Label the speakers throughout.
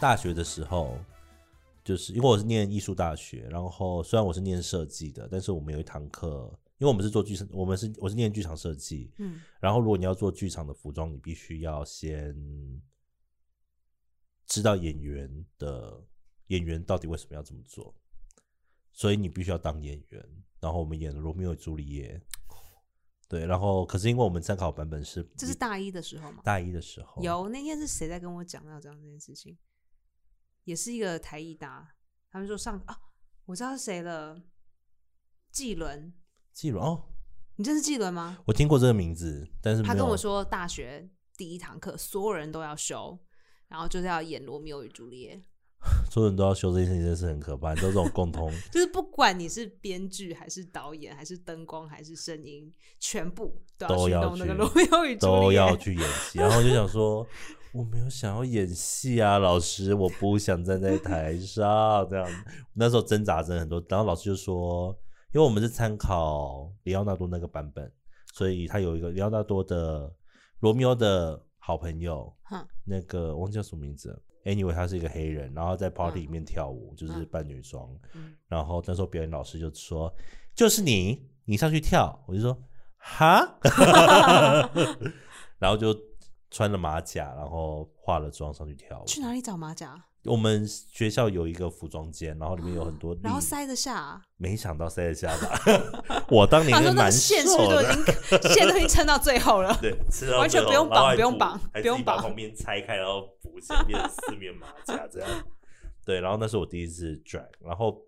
Speaker 1: 大学的时候，就是因为我是念艺术大学，然后虽然我是念设计的，但是我们有一堂课，因为我们是做剧场，我们是我是念剧场设计，
Speaker 2: 嗯，
Speaker 1: 然后如果你要做剧场的服装，你必须要先知道演员的演员到底为什么要这么做，所以你必须要当演员。然后我们演了《罗密欧与朱丽 叶》，对，然后可是因为我们参考版本是
Speaker 2: 这是大一的时候吗？
Speaker 1: 大一的时候，
Speaker 2: 有那天是谁在跟我讲到这样这件事情？也是一个台艺大，他们说上啊，我知道是谁了，纪伦，
Speaker 1: 记录哦，
Speaker 2: 你认识纪伦吗？
Speaker 1: 我听过这个名字，但是
Speaker 2: 他跟
Speaker 1: 没有
Speaker 2: 我说，大学第一堂课所有人都要修，然后就是要演《罗密欧与朱丽叶
Speaker 1: 所有人都要修这件事情，真的是很可怕，都 是这种共通。》，
Speaker 2: 就是不管你是编剧还是导演还是灯光还是声音，全部都
Speaker 1: 都
Speaker 2: 去
Speaker 1: 要
Speaker 2: 弄那个《
Speaker 1: 去
Speaker 2: 罗密欧与朱
Speaker 1: 都
Speaker 2: 丽叶
Speaker 1: 要》。去演戏，然后我就想说， 我没有想要演戏啊，老师，我不想站在台上这样。那时候挣扎真的很多，然后老师就说，因为我们是参考里奥纳多那个版本，所以他有一个里奥纳多的罗密欧的好朋友，
Speaker 2: 哼
Speaker 1: 那个忘记叫什么名字了。Anyway，他是一个黑人，然后在 party
Speaker 2: 嗯
Speaker 1: 里面跳舞，就是
Speaker 2: 嗯
Speaker 1: 扮女装。
Speaker 2: 嗯
Speaker 1: 然后那时候表演老师就说：“就是你，你上去跳。”我就说：“哈。” 然后就穿了马甲，然后化了妆上去跳舞。
Speaker 2: 去哪里找马甲？
Speaker 1: 我们学校有一个服装间，然后里面有很多例。
Speaker 2: 然后塞得下、啊。
Speaker 1: 没想到塞得下吧？ 我当年
Speaker 2: 他说
Speaker 1: 是
Speaker 2: 那个
Speaker 1: 蛮
Speaker 2: 线是
Speaker 1: 瘦
Speaker 2: 不是都已
Speaker 1: 的。
Speaker 2: 经 线都已经撑到最后了？
Speaker 1: 对，吃到
Speaker 2: 完全
Speaker 1: 最后
Speaker 2: 不
Speaker 1: 然后
Speaker 2: 用绑
Speaker 1: 还
Speaker 2: 不用
Speaker 1: 补
Speaker 2: 绑
Speaker 1: 还
Speaker 2: 不
Speaker 1: 自己
Speaker 2: 用
Speaker 1: 把
Speaker 2: 绑
Speaker 1: 旁边拆开，然后补前面四面马甲这样。对，然后那是我第一次 drag，然后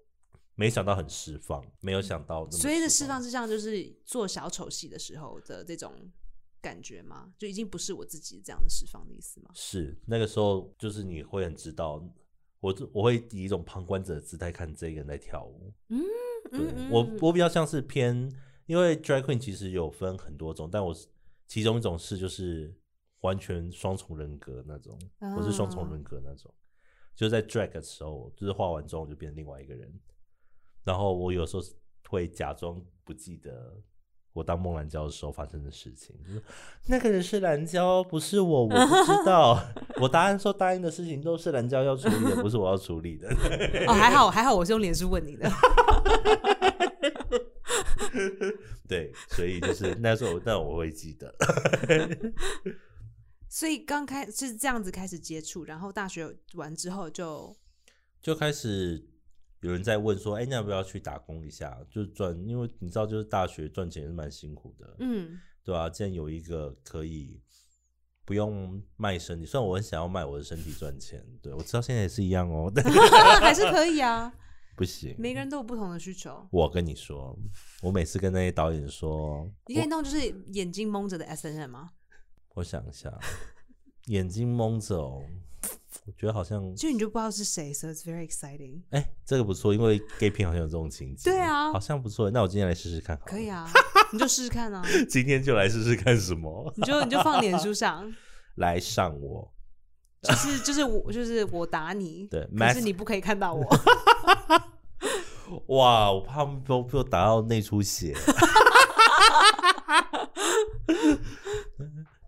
Speaker 1: 没想到很释放，没有想到那么
Speaker 2: 所以的释
Speaker 1: 释
Speaker 2: 放是这样，就是做小丑戏的时候的这种感觉吗？就已经不是我自己这样的释放的意思吗？
Speaker 1: 是那个时候，就是你会很知道，我就我会以一种旁观者的姿态看这个人在跳舞。对、
Speaker 2: 嗯嗯，
Speaker 1: 我
Speaker 2: 嗯，
Speaker 1: 我比较像是偏，因为 drag queen 其实有分很多种，但我是其中一种是就是完全双重人格那种，我是双重
Speaker 2: 啊
Speaker 1: 人格那种，就是在 drag 的时候，就是化完妆我就变成另外一个人，然后我有时候是会假装不记得。我当孟兰娇的时候发生的事情，就是那个人是兰娇，不是我，我不知 道。我答案说答应的事情都是兰娇要处理的，不是我要处理的。
Speaker 2: 哦，还好还好，我是用脸书问你的。
Speaker 1: 对，所以就是那时候，那我会记得。
Speaker 2: 所以刚开是这样子开始接触，然后大学完之后就
Speaker 1: 就开始有人在问说：“哎、你要不要去打工一下？就是赚，因为你知道，就是大学赚钱是蛮辛苦的，
Speaker 2: 嗯
Speaker 1: 对吧、啊？既然有一个可以不用卖身体，虽然我很想要卖我的身体赚钱，对我知道现在也是一 样哦，但
Speaker 2: 还是可以啊。
Speaker 1: 不行。
Speaker 2: 每个人都有不同的需求，
Speaker 1: 我跟你说，我每次跟那些导演说，
Speaker 2: 你可以弄就是眼睛蒙着的 S N M 啊吗？
Speaker 1: 我想一下，眼睛蒙着哦，我觉得好像
Speaker 2: 就你就不知道是谁，so it's very exciting。
Speaker 1: 哎、这个不错，因为 gay 片好像有这种情节，
Speaker 2: 对啊
Speaker 1: 好像不错。那我今天来试试看好了，
Speaker 2: 可以啊，你就试试看啊，
Speaker 1: 今天就来试试看什么。
Speaker 2: 你就你就放脸书上，
Speaker 1: 来上我。
Speaker 2: 就是就是我就是我打你，
Speaker 1: 对
Speaker 2: 可是
Speaker 1: Max-
Speaker 2: 你不可以看到 我。
Speaker 1: 哇，我怕被我被我打到内出血。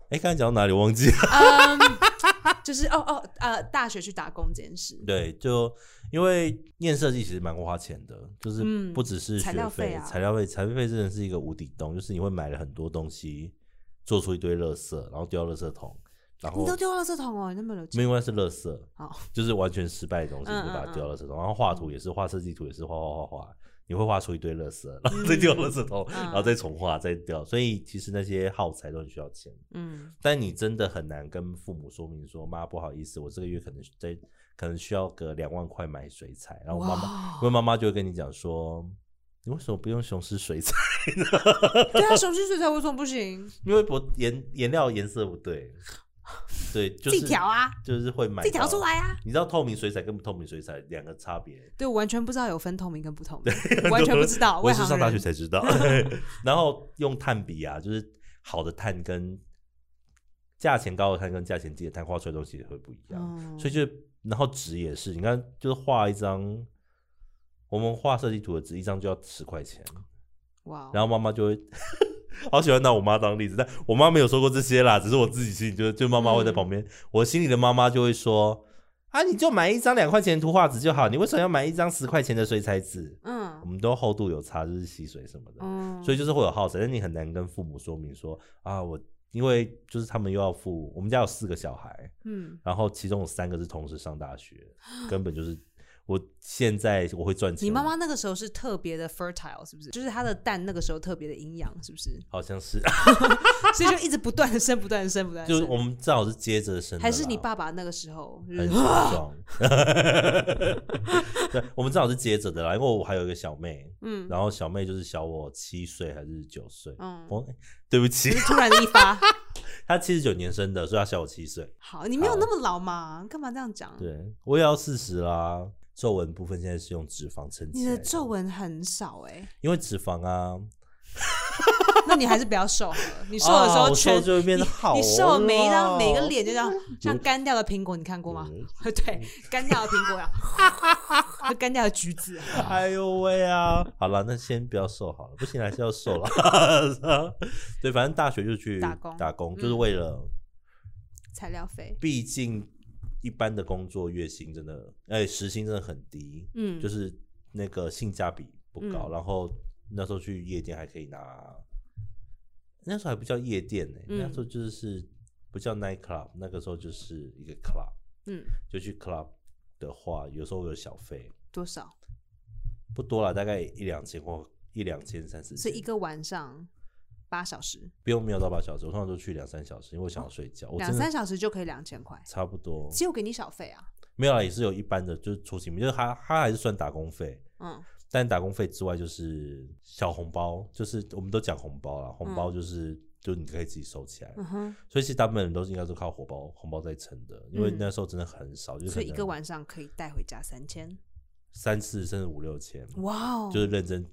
Speaker 1: 哎，刚才讲到哪里？我忘记 了。
Speaker 2: 嗯， 就是哦哦呃，大学去打工这件事，
Speaker 1: 对，就因为念设计其实蛮花钱的，就是
Speaker 2: 嗯
Speaker 1: 不只是
Speaker 2: 材
Speaker 1: 学
Speaker 2: 料费
Speaker 1: 费、
Speaker 2: 啊
Speaker 1: 材料费、材料费真的是一个无底洞，就是你会买了很多东西，做出一堆垃圾，然后丢到垃圾桶，然
Speaker 2: 你
Speaker 1: 后
Speaker 2: 都丢到这桶哦，你那么有
Speaker 1: 没有，因为是垃圾，
Speaker 2: 哦
Speaker 1: 就是完全失败的东西，
Speaker 2: 嗯
Speaker 1: 你就把
Speaker 2: 嗯
Speaker 1: 它
Speaker 2: 嗯
Speaker 1: 丢到垃圾桶。然后画图也是，画设计图也是，画画画画，你会画出一堆垃圾，然后再丢到垃圾桶，
Speaker 2: 嗯
Speaker 1: 然后再重画，再掉。所以其实那些耗材都很需要钱，
Speaker 2: 嗯
Speaker 1: 但你真的很难跟父母说明说，妈，不好意思，我这个月可能在可能需要个两万块买水彩，然后妈妈，
Speaker 2: 哇
Speaker 1: 因为妈妈就会跟你讲说。你为什么不用雄狮水彩？
Speaker 2: 对啊，手续水彩为什么不行？
Speaker 1: 因为我颜颜料颜色不对，对，就
Speaker 2: 自
Speaker 1: 是
Speaker 2: 己调啊，
Speaker 1: 就是会买
Speaker 2: 自己调
Speaker 1: 到
Speaker 2: 出来啊。
Speaker 1: 你知道透明水彩跟不透明水彩两个差别？
Speaker 2: 对，我完全不知道有分透明跟不透明，完全不知道。
Speaker 1: 我
Speaker 2: 外
Speaker 1: 也是
Speaker 2: 行
Speaker 1: 上大学
Speaker 2: 人
Speaker 1: 才知 道。然后用炭笔啊，就是好的炭跟价钱高的炭跟价钱低的炭画出来的东西会不一样，
Speaker 2: 哦
Speaker 1: 所以就然后纸也是，你看就是画一张。我们画设计图的纸一张就要十块钱，
Speaker 2: 哇哦
Speaker 1: 然后妈妈就会 好喜欢拿我妈当例子，但我
Speaker 2: 嗯
Speaker 1: 妈没有说过这些啦，只是我自己心里就就妈妈会在旁边，我心里的妈妈就会说：“啊，你就买一张两块钱的图画纸就好，你为什么要买一张十块钱的水彩纸？我
Speaker 2: 嗯
Speaker 1: 们都厚度有差，就是吸水什么的，
Speaker 2: 嗯，
Speaker 1: 所以就是会有耗材，但你很难跟父母说明说啊，我因为就是他们又要付，我们家有四个小孩，
Speaker 2: 嗯
Speaker 1: 然后其中有三个是同时上大 学，根本就是我现在我会赚钱，
Speaker 2: 你妈妈那个时候是特别的 fertile，是不是？就是她的蛋那个时候特别的营养，是不是？
Speaker 1: 好像 是，
Speaker 2: 所以就一直不断的生，不断的生，不断的
Speaker 1: 就
Speaker 2: 生。
Speaker 1: 是我们正好是接着生的啦，
Speaker 2: 还是你爸爸那个时候，就
Speaker 1: 很
Speaker 2: 是
Speaker 1: 雄 壮，对，我们正好是接着的啦，因为我还有一个小妹，
Speaker 2: 嗯
Speaker 1: 然后小妹就是小我七岁还是九岁，
Speaker 2: 嗯，
Speaker 1: 我、哎对不起
Speaker 2: 就，是突然的一发。
Speaker 1: 她七十九年生的，所以她小我七岁，
Speaker 2: 好，你没有那么老嘛？干嘛这样讲？
Speaker 1: 对我也要四十啦。皱纹部分现在是用脂肪撑起
Speaker 2: 你
Speaker 1: 来，
Speaker 2: 的皱，纹很少哎、
Speaker 1: 因为脂肪啊，
Speaker 2: 那你还是不要瘦好 了。你瘦的时
Speaker 1: 啊
Speaker 2: 候
Speaker 1: 我
Speaker 2: 全，
Speaker 1: 瘦就会变得好啊哦嗯
Speaker 2: 你你瘦每一张
Speaker 1: 肉
Speaker 2: 每个脸就这样，像干掉的苹果，你看过吗？
Speaker 1: 嗯
Speaker 2: 对，干掉的苹果呀，和 干掉的橘子。
Speaker 1: 哎呦喂啊！好了，那先不要瘦好了，不行还是要瘦 了。 对，反正大学就去
Speaker 2: 打工
Speaker 1: 打工就是
Speaker 2: 嗯
Speaker 1: 为了，
Speaker 2: 材料费，
Speaker 1: 毕竟一般的工作月薪真的，哎、时薪真的很低，
Speaker 2: 嗯，
Speaker 1: 就是是那个性价比不高。
Speaker 2: 嗯
Speaker 1: 然后那时候去夜店还可以拿，那时候还不叫夜店呢、
Speaker 2: 嗯
Speaker 1: 那时候就是不叫 night club，那个时候就是一个 club，
Speaker 2: 嗯，
Speaker 1: 就去 club 的话，有时候有小费，
Speaker 2: 多少？
Speaker 1: 不多了，大概一两千或一两千三四
Speaker 2: 是
Speaker 1: 千，
Speaker 2: 一个晚上八小时，
Speaker 1: 不用没有到八小时，我通常都去两三小时，因为我想要睡觉。我
Speaker 2: 两
Speaker 1: 真的
Speaker 2: 三小时就可以两千块，
Speaker 1: 差不多
Speaker 2: 只有给你小费啊。
Speaker 1: 没有啦，也是有一般的，就是出勤费，就是他他还是算打工费，
Speaker 2: 嗯
Speaker 1: 但打工费之外就是小红包，就是我们都讲红包啦，红包就是、就你可以自己收起来，
Speaker 2: 嗯哼，
Speaker 1: 所以其实大部分人都是应该是靠红包红包在撑的，因为
Speaker 2: 嗯
Speaker 1: 那时候真的很少，就是可
Speaker 2: 所以一
Speaker 1: 能
Speaker 2: 个晚上可以带回家三千，
Speaker 1: 三四甚至五六千，
Speaker 2: 哇哦，
Speaker 1: 就是认真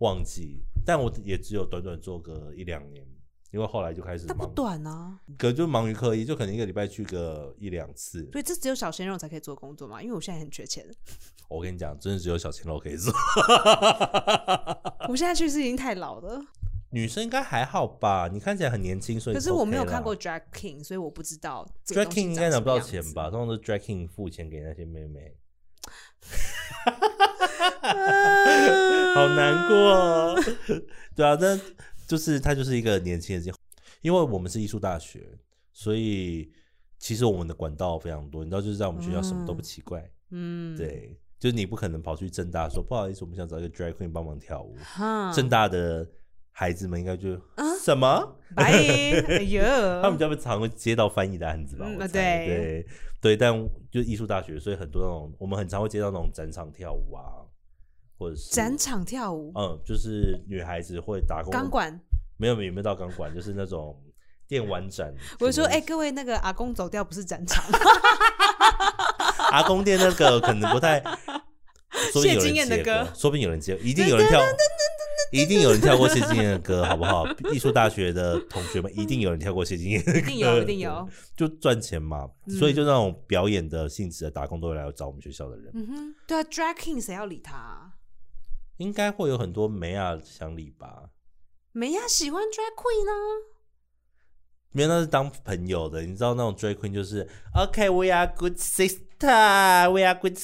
Speaker 1: 忘记，但我也只有短短做个一两年。因为后来就开始
Speaker 2: 但不
Speaker 1: 忙，
Speaker 2: 短啊，
Speaker 1: 可能就忙于课业，就可能一个礼拜去个一两次。
Speaker 2: 所以这只有小鲜肉才可以做工作嘛，因为我现在很缺钱，
Speaker 1: 我跟你讲，真的只有小鲜肉可以做，
Speaker 2: 我现在去是已经太 老了，
Speaker 1: 女生应该还好吧？你看起来很年轻，所以
Speaker 2: 可是
Speaker 1: OK
Speaker 2: 我没有
Speaker 1: 啦
Speaker 2: 看过 Drag King，所以我不知道这个
Speaker 1: Drag
Speaker 2: 东西
Speaker 1: King 应
Speaker 2: 长
Speaker 1: 该拿
Speaker 2: 什
Speaker 1: 不
Speaker 2: 么
Speaker 1: 到
Speaker 2: 样
Speaker 1: 钱
Speaker 2: 子？
Speaker 1: 吧？通常都是 Drag King 付钱给那些妹妹，好难过、哦。 对啊，那就是他就是一个年轻人，因为我们是艺术大学，所以其实我们的管道非常多。你知道，就是在我们学校什么都不奇怪，
Speaker 2: 嗯，，
Speaker 1: 对，就是你不可能跑去正大说不好意思，我们想找一个 Drag Queen 帮忙跳舞。
Speaker 2: 哈，
Speaker 1: 正大的孩子们应该就、
Speaker 2: 嗯啊
Speaker 1: 什么？
Speaker 2: 拜，哎呦，
Speaker 1: 他们比较常会接到翻译的案子吧？
Speaker 2: 嗯
Speaker 1: 我
Speaker 2: 啊
Speaker 1: 猜
Speaker 2: 对
Speaker 1: 对对，但就艺术大学，所以很多那种我们很常会接到那种展场跳舞啊，或者是
Speaker 2: 展，场跳舞，
Speaker 1: 嗯，就是女孩子会打工
Speaker 2: 钢，管，。
Speaker 1: 没有没有没有到钢管，就是那种电玩展
Speaker 2: 我就说，
Speaker 1: 什么
Speaker 2: 哎、各位那个阿公走掉不是展场，
Speaker 1: 阿公店那个可能不 太，说不定有
Speaker 2: 谢金
Speaker 1: 人
Speaker 2: 燕的
Speaker 1: 接过
Speaker 2: 歌，
Speaker 1: 说不定有人接，一定有人跳，一定有人跳过谢金燕的歌，好不好？艺术大学的同学们一定有人跳过谢金燕的歌，
Speaker 2: 一定有，一定有，
Speaker 1: 就赚钱嘛，所以就那种表演的性质的打工都会来找我们学校的人，
Speaker 2: 嗯哼，对啊，Drag King 谁要理他、啊？
Speaker 1: 应该会有很多梅亚想理吧？
Speaker 2: 梅亚喜欢 Drag Queen 啊呢、
Speaker 1: 没有，那是当朋友的，你知道那种 drag queen 就是 OK，we、are good sister，we are good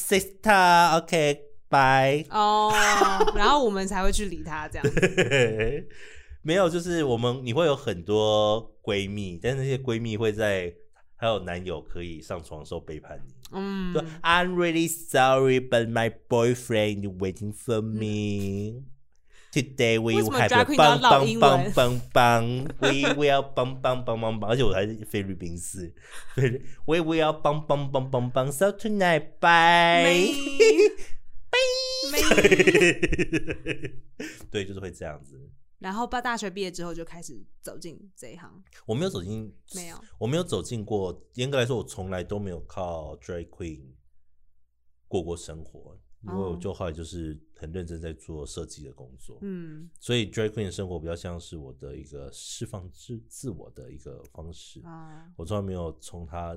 Speaker 1: sister，OK，bye、
Speaker 2: 哦、然后我们才会去理他这样。
Speaker 1: 没有，就是我们你会有很多闺蜜，但是那些闺蜜会在还有男友可以上床的时候背叛你。
Speaker 2: 嗯
Speaker 1: 说，I'm really sorry, but my boyfriend is waiting for me. Today we
Speaker 2: 为什么
Speaker 1: have
Speaker 2: Mm. drag
Speaker 1: a
Speaker 2: queen 都要
Speaker 1: 棒
Speaker 2: 唠
Speaker 1: 棒
Speaker 2: 英
Speaker 1: 棒
Speaker 2: 文
Speaker 1: 棒棒，we will 棒棒棒棒棒，而且我还是菲律宾式，菲律 we will 棒棒棒棒棒，so tonight
Speaker 2: 梅
Speaker 1: bye。
Speaker 2: 梅，
Speaker 1: 对，就是会这样子。
Speaker 2: 然后到大学毕业之后就开始走进这一行，
Speaker 1: 我没有走进，
Speaker 2: 嗯没有，
Speaker 1: 我没有走进过。严格来说，我从来都没有靠 drag queen 过过生活，因为我
Speaker 2: 哦
Speaker 1: 就后来就是很认真在做设计的工作，
Speaker 2: 嗯，
Speaker 1: 所以 drag queen 的生活比较像是我的一个释放自自我的一个方式。
Speaker 2: 啊，
Speaker 1: 我从来没有从它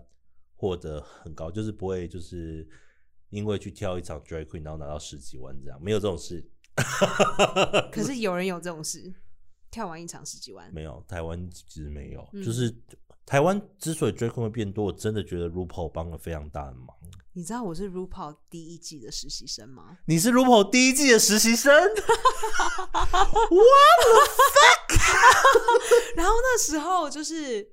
Speaker 1: 获得很高，就是不会就是因为去跳一场 drag queen 然后拿到十几万这样，没有这种事。
Speaker 2: 可是有人有这种事，跳完一场十几万，
Speaker 1: 没有，台湾其实没有，
Speaker 2: 嗯
Speaker 1: 就是台湾之所以 drag queen 会变多，我真的觉得 RuPaul 帮了非常大的忙。
Speaker 2: 你知道我是 RuPaul 第一季的实习生吗？
Speaker 1: 你是 RuPaul 第一季的实习生，
Speaker 2: 然后那时候就是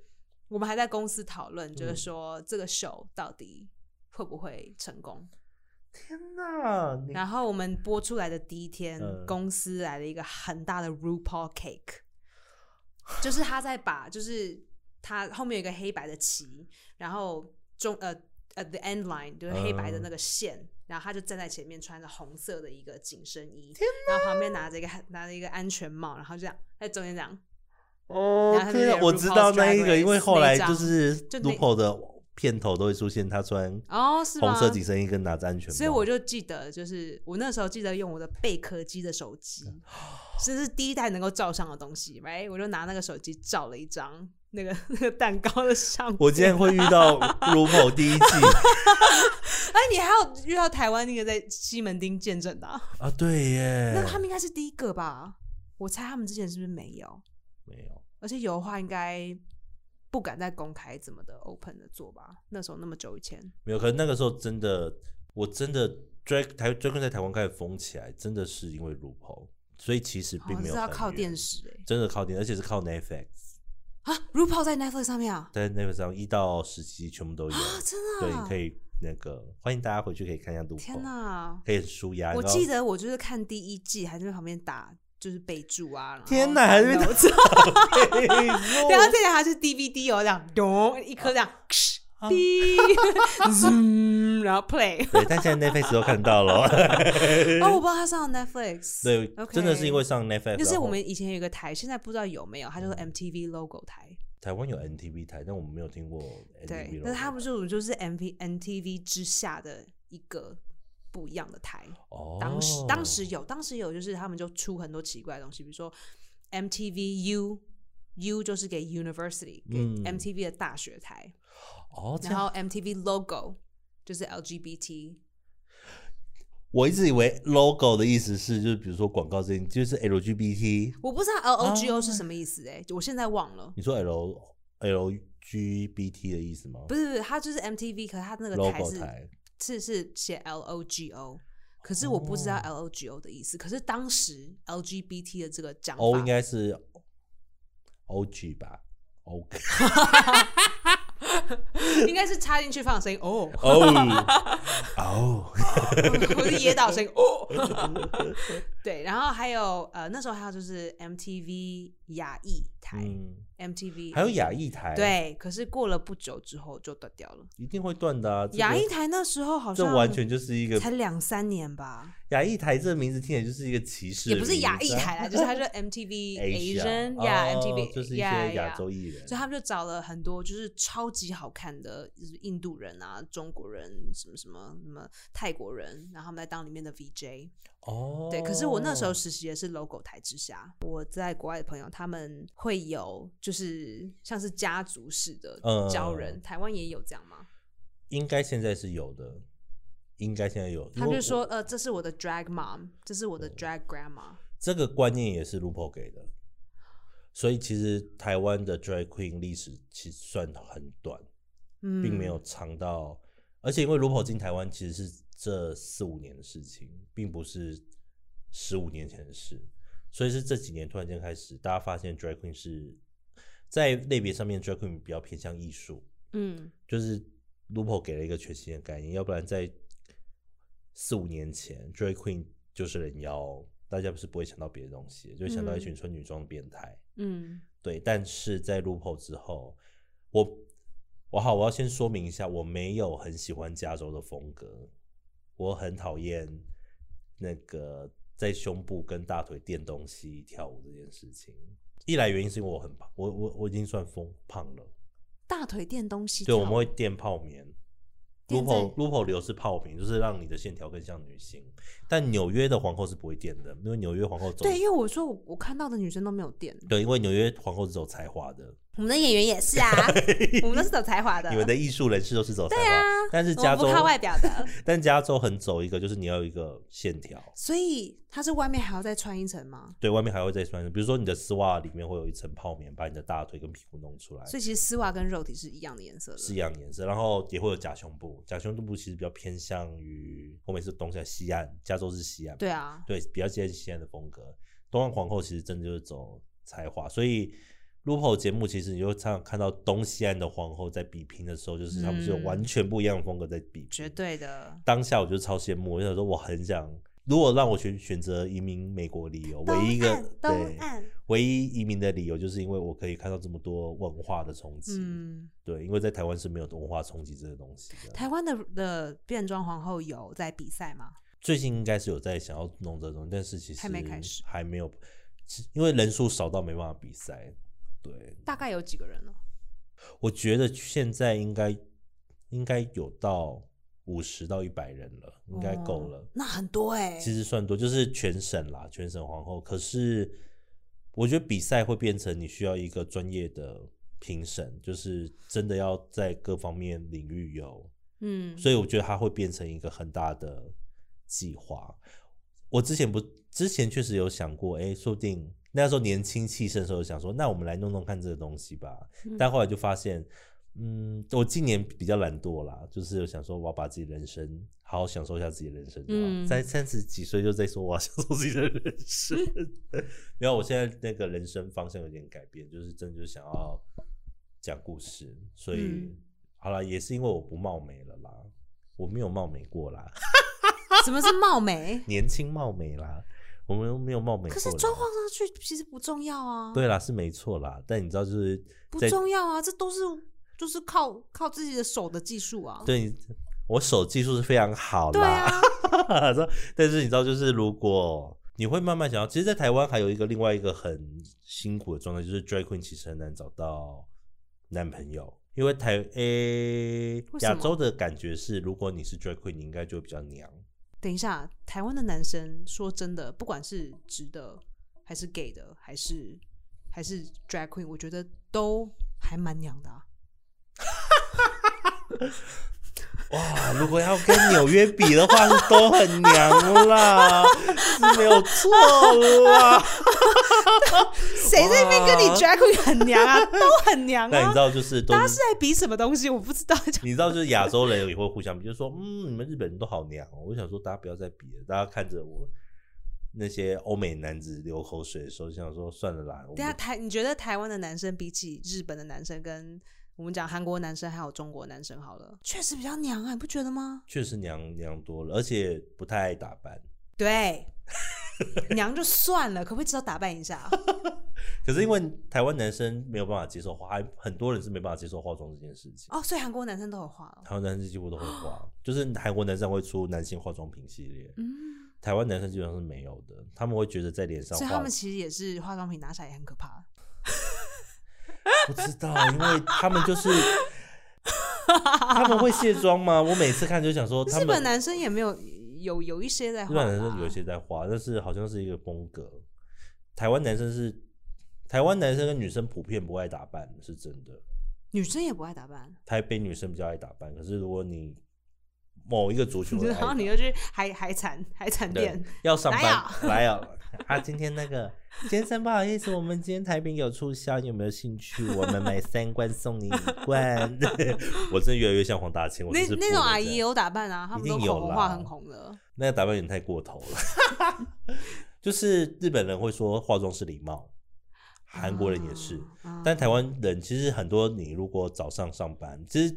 Speaker 2: 我们还在公司讨论，就是说这个 show 到底会不会成功。
Speaker 1: 天哪！你
Speaker 2: 然后我们播出来的第一天，
Speaker 1: 嗯
Speaker 2: 公司来了一个很大的 RuPaul cake，就是他在把，就是他后面有一个黑白的旗，然后中呃呃 the end line 就是黑白的
Speaker 1: 嗯
Speaker 2: 那个线，然后他就站在前面，穿着红色的一个紧身衣，然后旁边拿着一个拿着一个安全帽，然后这样在中间这样，
Speaker 1: 哦
Speaker 2: 然后他，就
Speaker 1: 天
Speaker 2: 有
Speaker 1: 哪！我知道
Speaker 2: RuPaul's
Speaker 1: 那一
Speaker 2: Drag
Speaker 1: 个，
Speaker 2: Race
Speaker 1: 因为后来
Speaker 2: 那一
Speaker 1: 就
Speaker 2: 张
Speaker 1: 是
Speaker 2: 就那
Speaker 1: RuPaul 的片头都会出现他穿
Speaker 2: 哦，是吗？
Speaker 1: 红色紧身衣跟拿着安全帽，
Speaker 2: 所以我就记得，就是我那时候记得用我的贝壳机的手机，
Speaker 1: 嗯
Speaker 2: 这 是第一代能够照相的东西，right？我就拿那个手机照了一张那个那个蛋糕的相片。
Speaker 1: 我今天会遇到 RuPaul 第一季
Speaker 2: 哎，你还有遇到台湾那个在西门町见证的、啊，
Speaker 1: 啊，对耶
Speaker 2: 那，他们应该是第一个吧？我猜他们之前是不是没有？
Speaker 1: 没有，
Speaker 2: 而且有的话，应该不敢再公开这么的 open 的做吧？那时候那么久以前，
Speaker 1: 没有，可能那个时候真的，我真的 drag 台 drag queen 在台湾开始疯起来，真的是因为 RuPaul，所以其实
Speaker 2: 好
Speaker 1: 并
Speaker 2: 像
Speaker 1: 没有
Speaker 2: 啊哦是要
Speaker 1: 很
Speaker 2: 靠
Speaker 1: 远
Speaker 2: 电，视哎、
Speaker 1: 真的靠电，而且是靠 Netflix，
Speaker 2: 啊！RuPaul 在 Netflix 上面啊
Speaker 1: 在 Netflix 上一到十集全部都有，
Speaker 2: 啊，真的、
Speaker 1: 对，
Speaker 2: 啊！
Speaker 1: 你可以哦那个欢迎大家回去可以看一下 RuPaul，
Speaker 2: 天哪！
Speaker 1: 可以很舒压，
Speaker 2: 我
Speaker 1: 然后
Speaker 2: 记得我就是看第一季，还在旁边打就是备注啊。
Speaker 1: 天哪，还是
Speaker 2: 然
Speaker 1: 被
Speaker 2: 后
Speaker 1: 打哦
Speaker 2: 打 notes
Speaker 1: 背
Speaker 2: 然后
Speaker 1: 后
Speaker 2: 再讲它是 DVD 哦，这样咚一颗这样，
Speaker 1: 哦
Speaker 2: 滴，zoom，然后 play。
Speaker 1: 对，但现在 Netflix 都看到 了，
Speaker 2: 哦，我不知道它上了 Netflix。
Speaker 1: 对
Speaker 2: OK
Speaker 1: 真的是因为上 Netflix，
Speaker 2: 就是
Speaker 1: 然后嗯
Speaker 2: 我们以前有一个台，现在不知道有没有，它就是 MTV logo 台。
Speaker 1: 台湾有 NTV 台，但我们没有听过 NTV，
Speaker 2: 对，
Speaker 1: logo
Speaker 2: 但是它不是我们就是 MV MTV 之下的一个不一样的台。
Speaker 1: 哦，
Speaker 2: 当时、当时有，当时有，就是他们就出很多奇怪的东西，比如说 MTV U U 就是给 University 给
Speaker 1: 嗯
Speaker 2: MTV 的大学台，
Speaker 1: 哦，这
Speaker 2: 然
Speaker 1: 样
Speaker 2: 后 MTV Logo 就是 LGBT，
Speaker 1: 我一直以为 logo 的意思是就是比如说广告这件，就是 LGBT，
Speaker 2: 我不知道 L O G
Speaker 1: 哦
Speaker 2: O 是什么意思哎、我现在忘了。
Speaker 1: 你说 L LGBT 的意思吗？
Speaker 2: 不是不是，它就是 MTV，可是它那个台
Speaker 1: logo
Speaker 2: 是
Speaker 1: 台
Speaker 2: 是是写 L O G O，可是我不知道
Speaker 1: 哦
Speaker 2: L O G O 的意思。可是当时 LGBT 的这个讲法
Speaker 1: O 哦应该是 OG 吧？OK
Speaker 2: 应该是插进去放的声音哦，
Speaker 1: 哦哦，
Speaker 2: 我是噎到声音哦。 对，然后还有呃，那时候还有就是 MTV 亚裔台、
Speaker 1: 嗯，
Speaker 2: MTV
Speaker 1: 还有亚裔台，，
Speaker 2: 对，可是过了不久之后就断掉了。
Speaker 1: 一定会断的啊。这个
Speaker 2: 亚裔台那时候好
Speaker 1: 这
Speaker 2: 像
Speaker 1: 完全就是一个
Speaker 2: 才两三年吧，
Speaker 1: 亚裔台这个名字听起来就是一个歧视
Speaker 2: 也
Speaker 1: 的
Speaker 2: 不
Speaker 1: 名字啊，
Speaker 2: 是亚裔台啦，就是它就是 MTV
Speaker 1: Asia，
Speaker 2: Asian 呀
Speaker 1: 哦
Speaker 2: ，MTV
Speaker 1: 就是一些
Speaker 2: yeah，
Speaker 1: 亚
Speaker 2: yeah
Speaker 1: 洲艺人，
Speaker 2: 所以他们就找了很多就是超级好看的就是印度人啊、中国人、什么什么什么泰国人，然后他们来当里面的 VJ。
Speaker 1: 哦，
Speaker 2: 对，可是我那时候实习的是 logo 台之下，我在国外的朋友他们会有就是像是家族式的
Speaker 1: 嗯
Speaker 2: 教人，台湾也有这样吗？
Speaker 1: 应该现在是有的，应该现在有。因
Speaker 2: 他们
Speaker 1: 为
Speaker 2: 就
Speaker 1: 我哦
Speaker 2: 说呃，这是我的 drag mom，这是我的 drag grandma。
Speaker 1: 这个观念也是 RuPaul 给的，所以其实台湾的 Drag Queen 历史其实算很短，
Speaker 2: 嗯，
Speaker 1: 并没有长到，而且因为 RuPaul 进台湾其实是这四五年的事情，并不是十五年前的事，所以是这几年突然间开始，大家发现 Drag Queen 是在类别上面 Drag Queen 比较偏向艺术，
Speaker 2: 嗯
Speaker 1: 就是 Lupo 给了一个全新的概念，要不然在四五年前，Drag Queen 就是人妖，大家不是不会想到别的东西，就会想到一群穿女装的变态。
Speaker 2: 嗯
Speaker 1: 对，但是在 Lupo 之后，我我好，我要先说明一下，我没有很喜欢加州的风格，我很讨厌那个在胸部跟大腿垫东西跳舞这件事情。一来原因是因为我很胖，我我我已经算疯胖了。
Speaker 2: 大腿垫东西
Speaker 1: 对，
Speaker 2: 跳舞，
Speaker 1: 我们会垫泡棉。
Speaker 2: 垫在
Speaker 1: Lupo Lupo 流是泡棉，就是让你的线条更像女性。但纽约的皇后是不会垫的，因为纽约皇后走
Speaker 2: 对，因为我说我我看到的女生都没有垫，
Speaker 1: 对因为纽约皇后是走才华的。
Speaker 2: 我们的演员也 是啊，我们都是走才华的，
Speaker 1: 你们的艺术人士都是走才华，但是
Speaker 2: 啊我
Speaker 1: 加
Speaker 2: 们
Speaker 1: 州
Speaker 2: 不靠外表 的，
Speaker 1: 但加州很走一个，就是你要有一个线条，
Speaker 2: 所以他是外面还要再穿一层吗？
Speaker 1: 对外面还会再穿。比如说你的丝袜里面会有一层泡棉，把你的大腿跟屁股弄出来，
Speaker 2: 所以其实丝袜跟肉体是一样的颜色的。
Speaker 1: 是一样颜色。然后也会有假胸部，假胸部其实比较偏向于我每次东西西岸，加州是西岸，
Speaker 2: 对啊，
Speaker 1: 对，比较接近西安的风格。东方皇后其实真的就是走才华，所以 RuPaul 节目其实你就常常看到东西岸的皇后在比拼的时候，就是他们是有
Speaker 2: 嗯
Speaker 1: 完全不一样的风格在比拼。
Speaker 2: 绝对的。
Speaker 1: 当下我就超羡慕，我就想说我很想，如果让我选选择移民美国理由，唯一一个
Speaker 2: 东岸
Speaker 1: 对
Speaker 2: 东岸，
Speaker 1: 唯一移民的理由，就是因为我可以看到这么多文化的冲击。
Speaker 2: 嗯，
Speaker 1: 对，因为在台湾是没有文化冲击这个东西的。
Speaker 2: 台湾的的变装皇后有在比赛吗？
Speaker 1: 最近应该是有在想要弄这种，但是其实
Speaker 2: 还没开始
Speaker 1: 还没有，其因为人数少到没办法比赛。对，
Speaker 2: 大概有几个人呢？
Speaker 1: 我觉得现在应该应该有到五十到一百人了，应该够了。
Speaker 2: 哦那很多哎、
Speaker 1: 其实算多，就是全省啦，全省皇后。可是我觉得比赛会变成你需要一个专业的评审，就是真的要在各方面领域有
Speaker 2: 嗯，
Speaker 1: 所以我觉得它会变成一个很大的计划。我之前不，之前确实有想过，哎、说不定那时候年轻气盛的时候，想说，那我们来弄弄看这个东西吧。但后来就发现，嗯，我今年比较懒惰啦，就是有想说我要把自己人生好好享受一下自己的人生就好。
Speaker 2: 嗯
Speaker 1: 在三十几岁就在说我要享受自己的人 生，然后我现在那个人生方向有点改变，就是真的就想要讲故事，所以、
Speaker 2: 嗯
Speaker 1: 好了，也是因为我不貌美了啦，我没有貌美过啦，？
Speaker 2: 什么是貌美
Speaker 1: 年轻貌美啦，我们没有貌美过
Speaker 2: 可
Speaker 1: 啦。
Speaker 2: 是装潢上去其实不重要啊，
Speaker 1: 对啦，是没错啦，但你知道就是
Speaker 2: 不
Speaker 1: 在
Speaker 2: 重要啊，这都是就是靠靠自己的手的技术啊。
Speaker 1: 对我手技术是非常好
Speaker 2: 对
Speaker 1: 啦，
Speaker 2: 啊，
Speaker 1: 但是你知道，就是如果你会慢慢想要，其实，在台湾还有一个另外一个很辛苦的状态，就是 drag queen 其实很难找到男朋友，因为台诶
Speaker 2: 为什
Speaker 1: 亚
Speaker 2: 么
Speaker 1: 洲的感觉是，如果你是 drag queen，你应该就会比较娘。
Speaker 2: 等一下，台湾的男生说真的，不管是直的还是 gay 的，还是还是 drag queen，我觉得都还蛮娘的、啊。
Speaker 1: 哇，如果要跟纽约比的话，是都很娘啦，是没有错 啦。
Speaker 2: 谁在那边跟你
Speaker 1: 哇
Speaker 2: drag queen 很 娘啊？都很娘
Speaker 1: 但你
Speaker 2: 啊
Speaker 1: 知！道，就是都
Speaker 2: 大家
Speaker 1: 是
Speaker 2: 是在比什么东西？我不 知道。
Speaker 1: 你知道，就是亚洲人也会互相比，就是说，嗯，你们日本人都好娘、哦。我想说，大家不要再比了，大家看着我那些欧美男子流口水的时候，就想说算了啦。我
Speaker 2: 等一下
Speaker 1: 们
Speaker 2: 台，你觉得台湾的男生比起日本的男生，跟我们讲韩国男生还有中国男生好了，确实比较娘啊，你不觉得吗？
Speaker 1: 确实娘娘多了，而且不太爱打扮。
Speaker 2: 对，娘就算了，可不可以至少打扮 一下？
Speaker 1: 可是因为台湾男生没有办法接受化，还很多人是没办法接受化妆这件事情。
Speaker 2: 哦，所以韩国男生都有哦化了。
Speaker 1: 台湾男生几乎都会化，就是韩国男生会出男性化妆品系列，
Speaker 2: 嗯，
Speaker 1: 台湾男生基本上是没有的。他们会觉得在脸上
Speaker 2: 所以他
Speaker 1: 画
Speaker 2: 们，其实也是化妆品拿起来也很可怕。
Speaker 1: 不知道，因为他们就是。他们会卸妆吗？我每次看就想说，他
Speaker 2: 日
Speaker 1: 们
Speaker 2: 本男生也没有有有一些在化
Speaker 1: 日
Speaker 2: 啦，
Speaker 1: 本男生有一些在花，但是好像是一个风格。台湾男生是台湾男生跟女生普遍不爱打扮，是真的。
Speaker 2: 女生也不爱打扮，
Speaker 1: 台北女生比较爱打扮，可是如果你某一个族群会爱 打
Speaker 2: 然后
Speaker 1: 扮，
Speaker 2: 你就去海海产海产
Speaker 1: 对
Speaker 2: 店，
Speaker 1: 要上
Speaker 2: 哪
Speaker 1: 班来啊啊！今天那个先生不好意思，我们今天台北有促销，你有没有兴趣？我们 买三罐送你一罐。 我真的越来越像黄大千，我
Speaker 2: 那
Speaker 1: 就是
Speaker 2: 那
Speaker 1: 不能
Speaker 2: 种阿
Speaker 1: 这
Speaker 2: 姨也
Speaker 1: 样
Speaker 2: 有打扮啊，他们
Speaker 1: 一
Speaker 2: 都
Speaker 1: 定
Speaker 2: 口
Speaker 1: 有
Speaker 2: 红
Speaker 1: 啦
Speaker 2: 画很红的。
Speaker 1: 那个打扮有点太过头了。 就是日本人会说化妆是礼貌，韩国人也是，
Speaker 2: 啊，
Speaker 1: 但台湾人其实很多，你如果早上上班，其实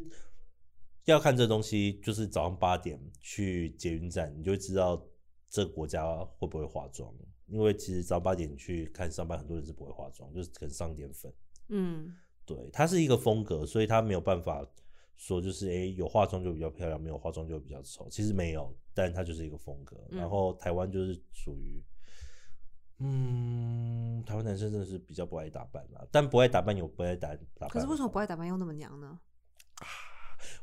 Speaker 1: 要看这东西，就是早上八点去捷运站，你就会知道这个国家会不会化妆。因为其实早上八点去看上班，很多人是不会化妆，就是可能上点粉。
Speaker 2: 嗯
Speaker 1: 对，它是一个风格，所以它没有办法说就是诶、有化妆就比较漂亮，没有化妆就比较丑。其实没有，但它就是一个风格。
Speaker 2: 嗯
Speaker 1: 然后台湾就是属于，嗯，台湾男生真的是比较不爱打扮啦，但不爱打扮有不爱打打扮。
Speaker 2: 可是为什么不？爱打扮又那么娘呢？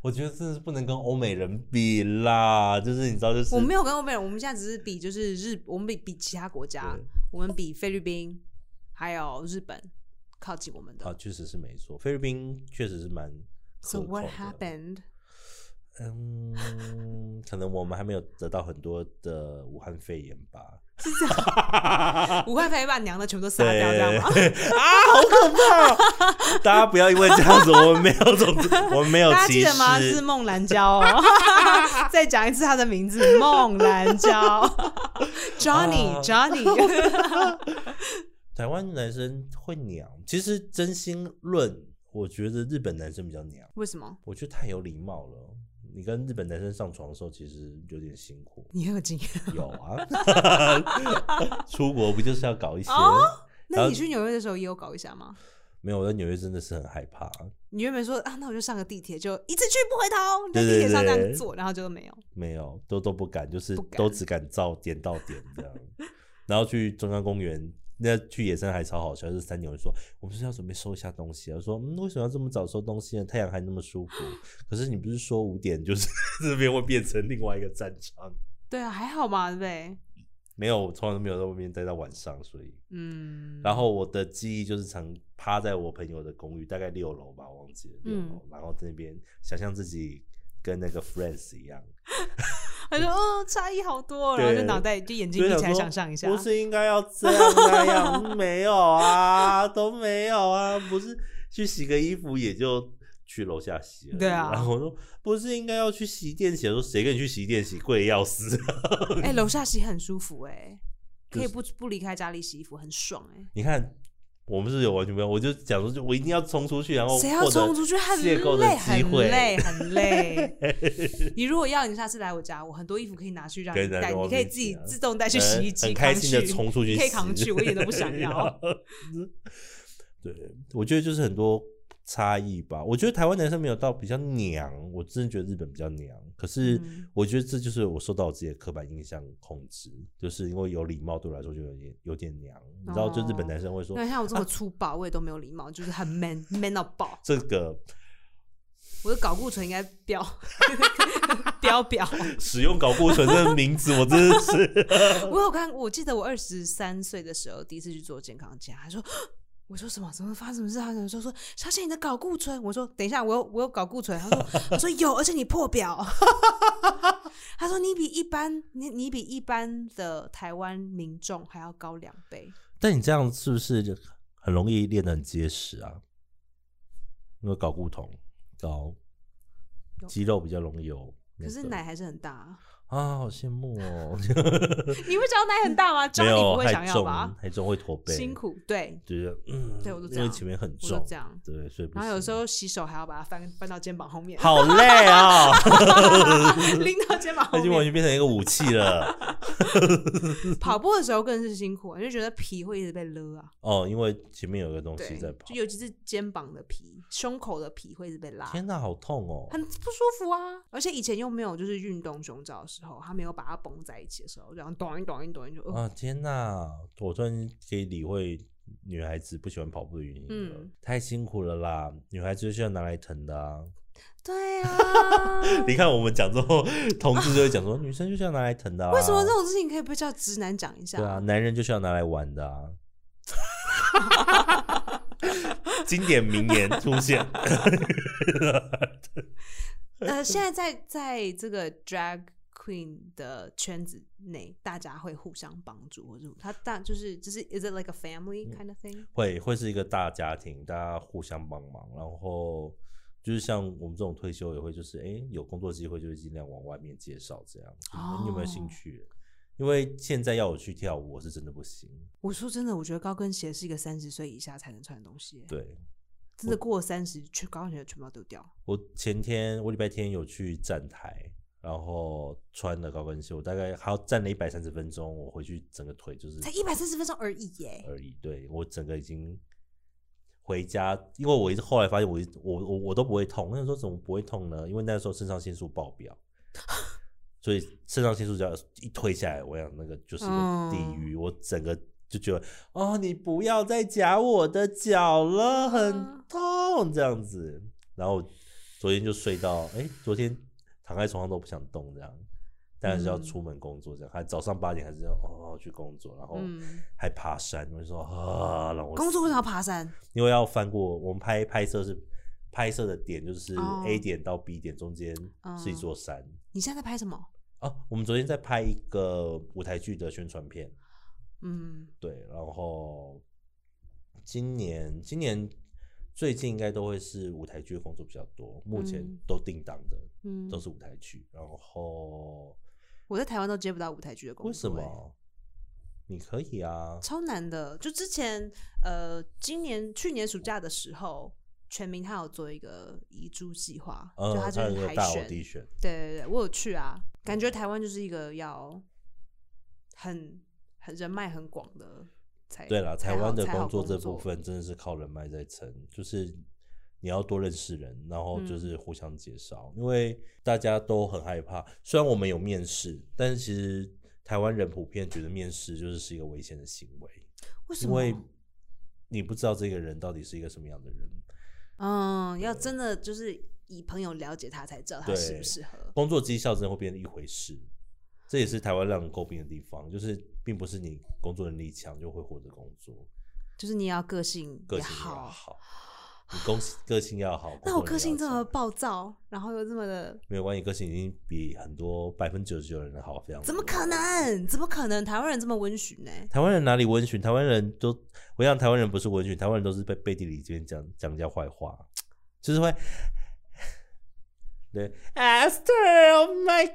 Speaker 1: 我觉得真的是不能跟欧美人比啦，就是你知道，就是
Speaker 2: 我没有跟欧美人，我们现在只是比就是日，我们比比其他国家
Speaker 1: 对，
Speaker 2: 我们比菲律宾还有日本靠近我们的。
Speaker 1: 啊，确实是没错，菲律宾确实是蛮
Speaker 2: So
Speaker 1: 可口
Speaker 2: what
Speaker 1: 的
Speaker 2: happened？
Speaker 1: 嗯，可能我们还没有得到很多的武汉肺炎 吧。
Speaker 2: 武汉肺炎把娘的全部都杀
Speaker 1: 对
Speaker 2: 掉，这 样吗？
Speaker 1: 啊，好可怕哦！大家不要因为这样子，我们没有种族，我们没有
Speaker 2: 大家
Speaker 1: 歧
Speaker 2: 记得吗？
Speaker 1: 视
Speaker 2: 是。孟兰娇 哦， 再讲一次她的名字，孟兰娇 ，Johnny
Speaker 1: 啊
Speaker 2: Johnny，
Speaker 1: 台湾男生会娘，其实真心论，我觉得日本男生比较娘，
Speaker 2: 为什么？。
Speaker 1: 我觉得太有礼貌了。你跟日本男生上床的时候，其实有点辛苦
Speaker 2: 你很有经验。
Speaker 1: 有啊， 出国不就是要搞一些？
Speaker 2: 哦
Speaker 1: 然
Speaker 2: 那
Speaker 1: 后
Speaker 2: 你去纽约的时候也有搞一下吗？
Speaker 1: 没有，我在纽约真的是很害怕。
Speaker 2: 你原本说啊，那我就上个地铁，就一次去不回头，你在
Speaker 1: 对
Speaker 2: 地
Speaker 1: 对
Speaker 2: 铁上这样
Speaker 1: 对
Speaker 2: 做，然后就没有。
Speaker 1: 没有，都都不敢，就是
Speaker 2: 不敢
Speaker 1: 都只敢照点到点这 样。然后去中央公园，那去野生还超好笑，就是三牛说我们是要准备收一下东西啊，我说嗯，为什么要这么早收东西呢？太阳还那么 舒服。可是你不是说五点就是 这边会变成另外一个战场？
Speaker 2: 对啊，还好嘛，对不对？
Speaker 1: 没有，我从来都没有在外面待到晚上，所以。
Speaker 2: 嗯，
Speaker 1: 然后我的记忆就是常趴在我朋友的公寓，大概六楼吧，我忘记了六
Speaker 2: 嗯
Speaker 1: 楼，然后在那边想象自己跟那个 Friends 一样，
Speaker 2: 他说哦，差异好多哦，
Speaker 1: 对
Speaker 2: 然后就脑袋就眼睛
Speaker 1: 就
Speaker 2: 闭
Speaker 1: 想
Speaker 2: 起来
Speaker 1: 说
Speaker 2: 想象一下啊
Speaker 1: 不。是应该要这样那样？ 嗯没有啊，都没有啊，不是去洗个衣服也就去楼下洗了。
Speaker 2: 对啊
Speaker 1: 然后我说不是应该要去洗衣店洗？我说谁跟你去洗衣店洗？贵得要死。啊
Speaker 2: 哎，楼下洗很舒服哎，可以
Speaker 1: 就是
Speaker 2: 不不离开家里洗衣服，很爽哎。
Speaker 1: 你看，我们是有完全没有，我就讲说，就我一定要冲出去，然后
Speaker 2: 谁要
Speaker 1: 哦获得
Speaker 2: 冲出去很
Speaker 1: 邂逅的
Speaker 2: 累，
Speaker 1: 机
Speaker 2: 很
Speaker 1: 会。
Speaker 2: 累，很 累。你如果要，你下次来我家，我很多衣服可以拿去让
Speaker 1: 可以
Speaker 2: 你
Speaker 1: 拿去
Speaker 2: 带，你
Speaker 1: 外
Speaker 2: 可以
Speaker 1: 面
Speaker 2: 自己
Speaker 1: 洗啊
Speaker 2: 自动带去洗衣机，
Speaker 1: 很开
Speaker 2: 扛
Speaker 1: 心的
Speaker 2: 去
Speaker 1: 冲出去
Speaker 2: 你
Speaker 1: 洗，
Speaker 2: 可以扛去，我一点都不 想要。。
Speaker 1: 对，我觉得就是很多差异吧。我觉得台湾男生没有到比较娘，我真的觉得日本比较娘。可是
Speaker 2: 嗯
Speaker 1: 我觉得这就是我受到我自己的刻板印象控制，就是因为有礼貌对我来说就有点有点娘。你知道，就日
Speaker 2: 哦
Speaker 1: 本男生会说
Speaker 2: 对，像我这么粗暴，我也都没有礼貌，就是很 man man 到爆。
Speaker 1: 这个
Speaker 2: 我的睾固醇应该飙 飙飙。
Speaker 1: 使用搞固醇这个名字，我真的是
Speaker 2: 我有看，我记得我二十三岁的时候第一次去做健康检查，他说。我说什么？怎么发生什么事？他想说说，小姐你的睾固醇。我说等一下，我有我有睾固醇。他说我说有，而且你破表。 他说你比一般你你比一般的台湾民众还要高两倍。
Speaker 1: 但你这样是不是就很容易练得很结实啊？因为睾固酮高，肌肉比较容易有那
Speaker 2: 可
Speaker 1: 个、
Speaker 2: 是奶还是很大、啊，
Speaker 1: 啊，好羡慕哦！
Speaker 2: 你会想要奶很大吗？
Speaker 1: 嗯没
Speaker 2: 张你
Speaker 1: 有
Speaker 2: 不会想
Speaker 1: 还
Speaker 2: 要
Speaker 1: 重
Speaker 2: 吧，？
Speaker 1: 还重会驼背，
Speaker 2: 辛。苦，对
Speaker 1: 对的，嗯，
Speaker 2: 对我都这
Speaker 1: 因为
Speaker 2: 样
Speaker 1: 前面很
Speaker 2: 我都
Speaker 1: 重，
Speaker 2: 这样。
Speaker 1: 对，所以不
Speaker 2: 然后有
Speaker 1: 行
Speaker 2: 时候洗手还要把它翻翻到肩膀后面，
Speaker 1: 好累啊、
Speaker 2: 拎到肩膀
Speaker 1: 它
Speaker 2: 后
Speaker 1: 已经
Speaker 2: 面
Speaker 1: 完。全变成一个武器了。
Speaker 2: 跑步的时候更是辛苦，你啊就觉得皮会一直被勒啊，
Speaker 1: 哦，因为前面有个东西
Speaker 2: 对
Speaker 1: 在，跑
Speaker 2: 就。尤其是肩膀的皮、胸口的皮会一直被拉，
Speaker 1: 天哪，好痛哦！
Speaker 2: 很不舒服啊。而且以前又没有就是运动胸罩的时候，它没有把它绷在一起的时候，然后短一短一短一就、呃
Speaker 1: 啊，天哪！我突然可以理会女孩子不喜欢跑步的原因了，
Speaker 2: 嗯
Speaker 1: 太辛苦了啦。女孩子就是要拿来疼的啊。
Speaker 2: 对啊。
Speaker 1: 你看我们讲之后， 同志就会讲说，女生就是要拿来疼的、啊。
Speaker 2: 为什么这种事情可以被叫直男讲一下？
Speaker 1: 对啊，男人就是要拿来玩的 啊。 经典名言出现，
Speaker 2: 呃，现在在在这个 drag queen 的圈子内，大家会互相帮助，或者他大就是就是 is it like a
Speaker 1: 嗯
Speaker 2: family kind of thing？
Speaker 1: 会会是一个大家庭，大家互相帮忙，然后就是像我们这种退休也会，就是哎、诶有工作机会就会尽量往外面介绍这样子。诶你有没有
Speaker 2: 哦
Speaker 1: 兴趣？因为现在要我去跳舞，我是真的不行。
Speaker 2: 我说真的，我觉得高跟鞋是一个三十岁以下才能穿的东西耶。
Speaker 1: 对
Speaker 2: 真的过了三十，全高跟鞋全部要丢掉。
Speaker 1: 我前天我礼拜天有去站台，然后穿了高跟鞋，我大概还要站了一百三十分钟，我回去整个腿就是
Speaker 2: 才一百三十分钟而已耶！
Speaker 1: 而已。对我整个已经回家，因为我一直后来发现我一我我我都不会痛，那时候怎么不会痛呢？因为那时候肾上腺素爆表， 所以肾上腺素只要一推下来，我想那个就是一个地
Speaker 2: 嗯
Speaker 1: 狱，我整个。就觉得哦，你不要再夹我的脚了，很
Speaker 2: 嗯
Speaker 1: 痛这样子。然后昨天就睡到，哎、昨天躺在床上都不想动这样。但还是要
Speaker 2: 嗯
Speaker 1: 出门工作这样，还早上八点还是要哦去工作，然后
Speaker 2: 嗯
Speaker 1: 还爬山，我就说啊，让我
Speaker 2: 工
Speaker 1: 死
Speaker 2: 作为什么要爬山？
Speaker 1: 因为要翻过我们拍拍摄是拍摄的点就是
Speaker 2: 哦
Speaker 1: A 点到 B 点中间是一
Speaker 2: 嗯
Speaker 1: 座山。
Speaker 2: 你现在在拍什么？
Speaker 1: 啊，我们昨天在拍一个舞台剧的宣传片，
Speaker 2: 嗯，
Speaker 1: 对，然后今年今年最近应该都会是舞台剧的工作比较多，目前
Speaker 2: 嗯
Speaker 1: 都定档的、
Speaker 2: 嗯
Speaker 1: 都是舞台剧，然后
Speaker 2: 我在台湾都接不到舞台剧的工作、
Speaker 1: 为什
Speaker 2: 欸
Speaker 1: 么？你可以啊，
Speaker 2: 超难的。就之前呃，今年去年暑假的时候，全民他有做一个遗珠计划，
Speaker 1: 呃，
Speaker 2: 就他就
Speaker 1: 有
Speaker 2: 是
Speaker 1: 个
Speaker 2: 海
Speaker 1: 大嗯
Speaker 2: 选，
Speaker 1: 地选，
Speaker 2: 对对对，我有去啊，感觉台湾就是一个要很很人脉很广的才
Speaker 1: 对了，台
Speaker 2: 好
Speaker 1: 湾的
Speaker 2: 才好
Speaker 1: 工作
Speaker 2: 作
Speaker 1: 这部分真的是靠人脉在撑，就是你要多认识人，然后就
Speaker 2: 嗯
Speaker 1: 是互相介绍，因为大家都很害怕。虽然我们有面试，但是其实台湾人普遍觉得面试就是是一个危险的行为，
Speaker 2: 为什
Speaker 1: 因
Speaker 2: 么？
Speaker 1: 为你不知道这个人到底是一个什么样的人。
Speaker 2: 嗯，要真的就是以朋友了解他才知道他适
Speaker 1: 对
Speaker 2: 不适合。
Speaker 1: 工作绩效真的会变成一回事，这也是台湾让人诟病的地方，就是并不是你工作能力强就会获得工作，
Speaker 2: 就是你也要个性
Speaker 1: 个
Speaker 2: 也
Speaker 1: 性也要
Speaker 2: 好，
Speaker 1: 好，你公个性要好。工
Speaker 2: 那
Speaker 1: 作
Speaker 2: 我
Speaker 1: 能
Speaker 2: 个
Speaker 1: 力
Speaker 2: 性
Speaker 1: 要
Speaker 2: 这
Speaker 1: 强
Speaker 2: 么暴躁，然后又这么的，
Speaker 1: 没有关系，个性已经比很多百分之九十九的人好，非常多
Speaker 2: 怎么可？能？怎么可能？台湾人这么温驯呢？
Speaker 1: 台湾人哪里温驯？台湾人都，我想台湾人不是温驯，台湾人都是被背地里这边讲讲人家坏话，就是会，对，Esther，Oh my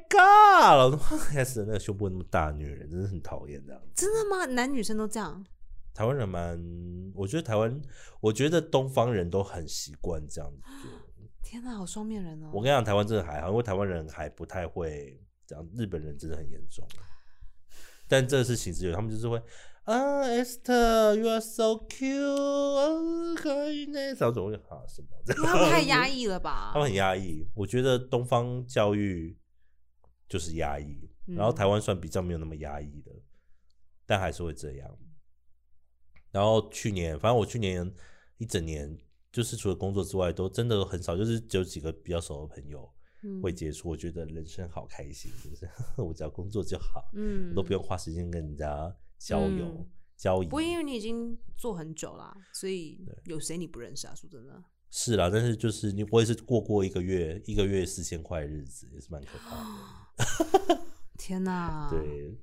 Speaker 1: God，开哎始那个胸部那么大的女人，真的很讨厌这样。
Speaker 2: 真的吗？男女生都这样？
Speaker 1: 台湾人蛮，我觉得台湾，我觉得东方人都很习惯这样子做。
Speaker 2: 天哪，好双面人哦！
Speaker 1: 我跟你讲，台湾真的还好，因为台湾人还不太会这样，日本人真的很严重。啊但这是形式有，他们就是会啊，Esther，you are so cute，啊，可以呢，然后总会啊什么这样，
Speaker 2: 他们太压抑了吧
Speaker 1: 他？们很压抑。我觉得东方教育就是压抑，
Speaker 2: 嗯
Speaker 1: 然后台湾算比较没有那么压抑的，但还是会这样。然后去年，反正我去年一整年，就是除了工作之外，都真的很少，就是只有几个比较熟的朋友
Speaker 2: 嗯
Speaker 1: 会接触。我觉得人生好开心，就是 我只要工作就好，
Speaker 2: 嗯
Speaker 1: 我都不用花时间跟人家交友、
Speaker 2: 嗯
Speaker 1: 交谊。
Speaker 2: 不过因为你已经做很久啦，所以有谁你不认识啊？说真的，
Speaker 1: 是啦，但是就是你，我也是过过一个月，一个月四千块的日子，也是蛮可怕的。
Speaker 2: 啊天哪！，
Speaker 1: 对，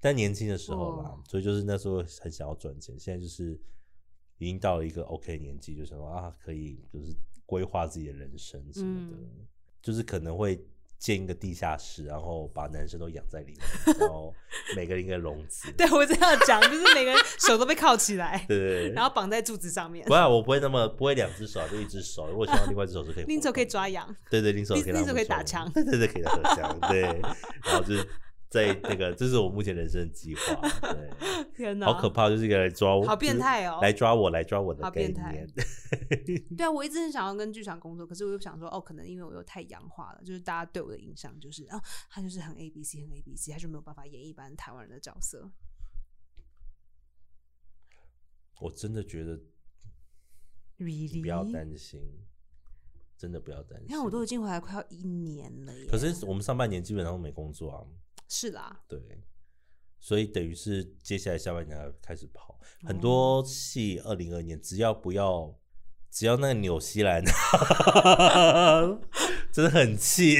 Speaker 1: 但年轻的时候啦，
Speaker 2: 哦
Speaker 1: 所以就是那时候很想要赚钱，现在就是已经到了一个 OK 年纪，就想说啊，可以就是规划自己的人生什么的，
Speaker 2: 嗯，
Speaker 1: 就是可能会建一个地下室，然后把男生都养在里面，然后每个人一个笼子
Speaker 2: 对我这样讲，就是每个人手都被铐起 来，
Speaker 1: 对对
Speaker 2: 然
Speaker 1: 对。
Speaker 2: 后绑在柱子上面
Speaker 1: 不，然我不会那么不会两只手啊，就一只手。如果想要另外一只手是可以活动的，
Speaker 2: 另手可以抓痒。
Speaker 1: 对对，零手
Speaker 2: 另
Speaker 1: 可以
Speaker 2: 另
Speaker 1: 拉
Speaker 2: 手
Speaker 1: 木
Speaker 2: 可以打
Speaker 1: 球
Speaker 2: 枪
Speaker 1: 对对对，可以打手枪，对。然后就是在那个，这是我目前人生的计划， 对，
Speaker 2: 天哪，
Speaker 1: 好可怕，就是一个来抓我，
Speaker 2: 好变态哦
Speaker 1: 就是来抓我，来抓我的
Speaker 2: 好
Speaker 1: 概
Speaker 2: 变
Speaker 1: 念，
Speaker 2: 态对啊，我一直很想要跟剧场工作，可是我又想说，哦，可能因为我又太洋化了，就是大家对我的印象就是啊，他就是很 A B C，很 A B C，他就没有办法演一般台湾人的角色。
Speaker 1: 我真的觉得
Speaker 2: Really？
Speaker 1: 不要担心，真的不要担心。
Speaker 2: 你看，我都已经回来快要一年了耶。
Speaker 1: 可是我们上半年基本上都没工作啊，
Speaker 2: 是啦，
Speaker 1: 对。所以等于是接下来下半年才开始跑
Speaker 2: 哦
Speaker 1: 很多戏，二零二年只要不要，只要那个纽西兰， 真的很气，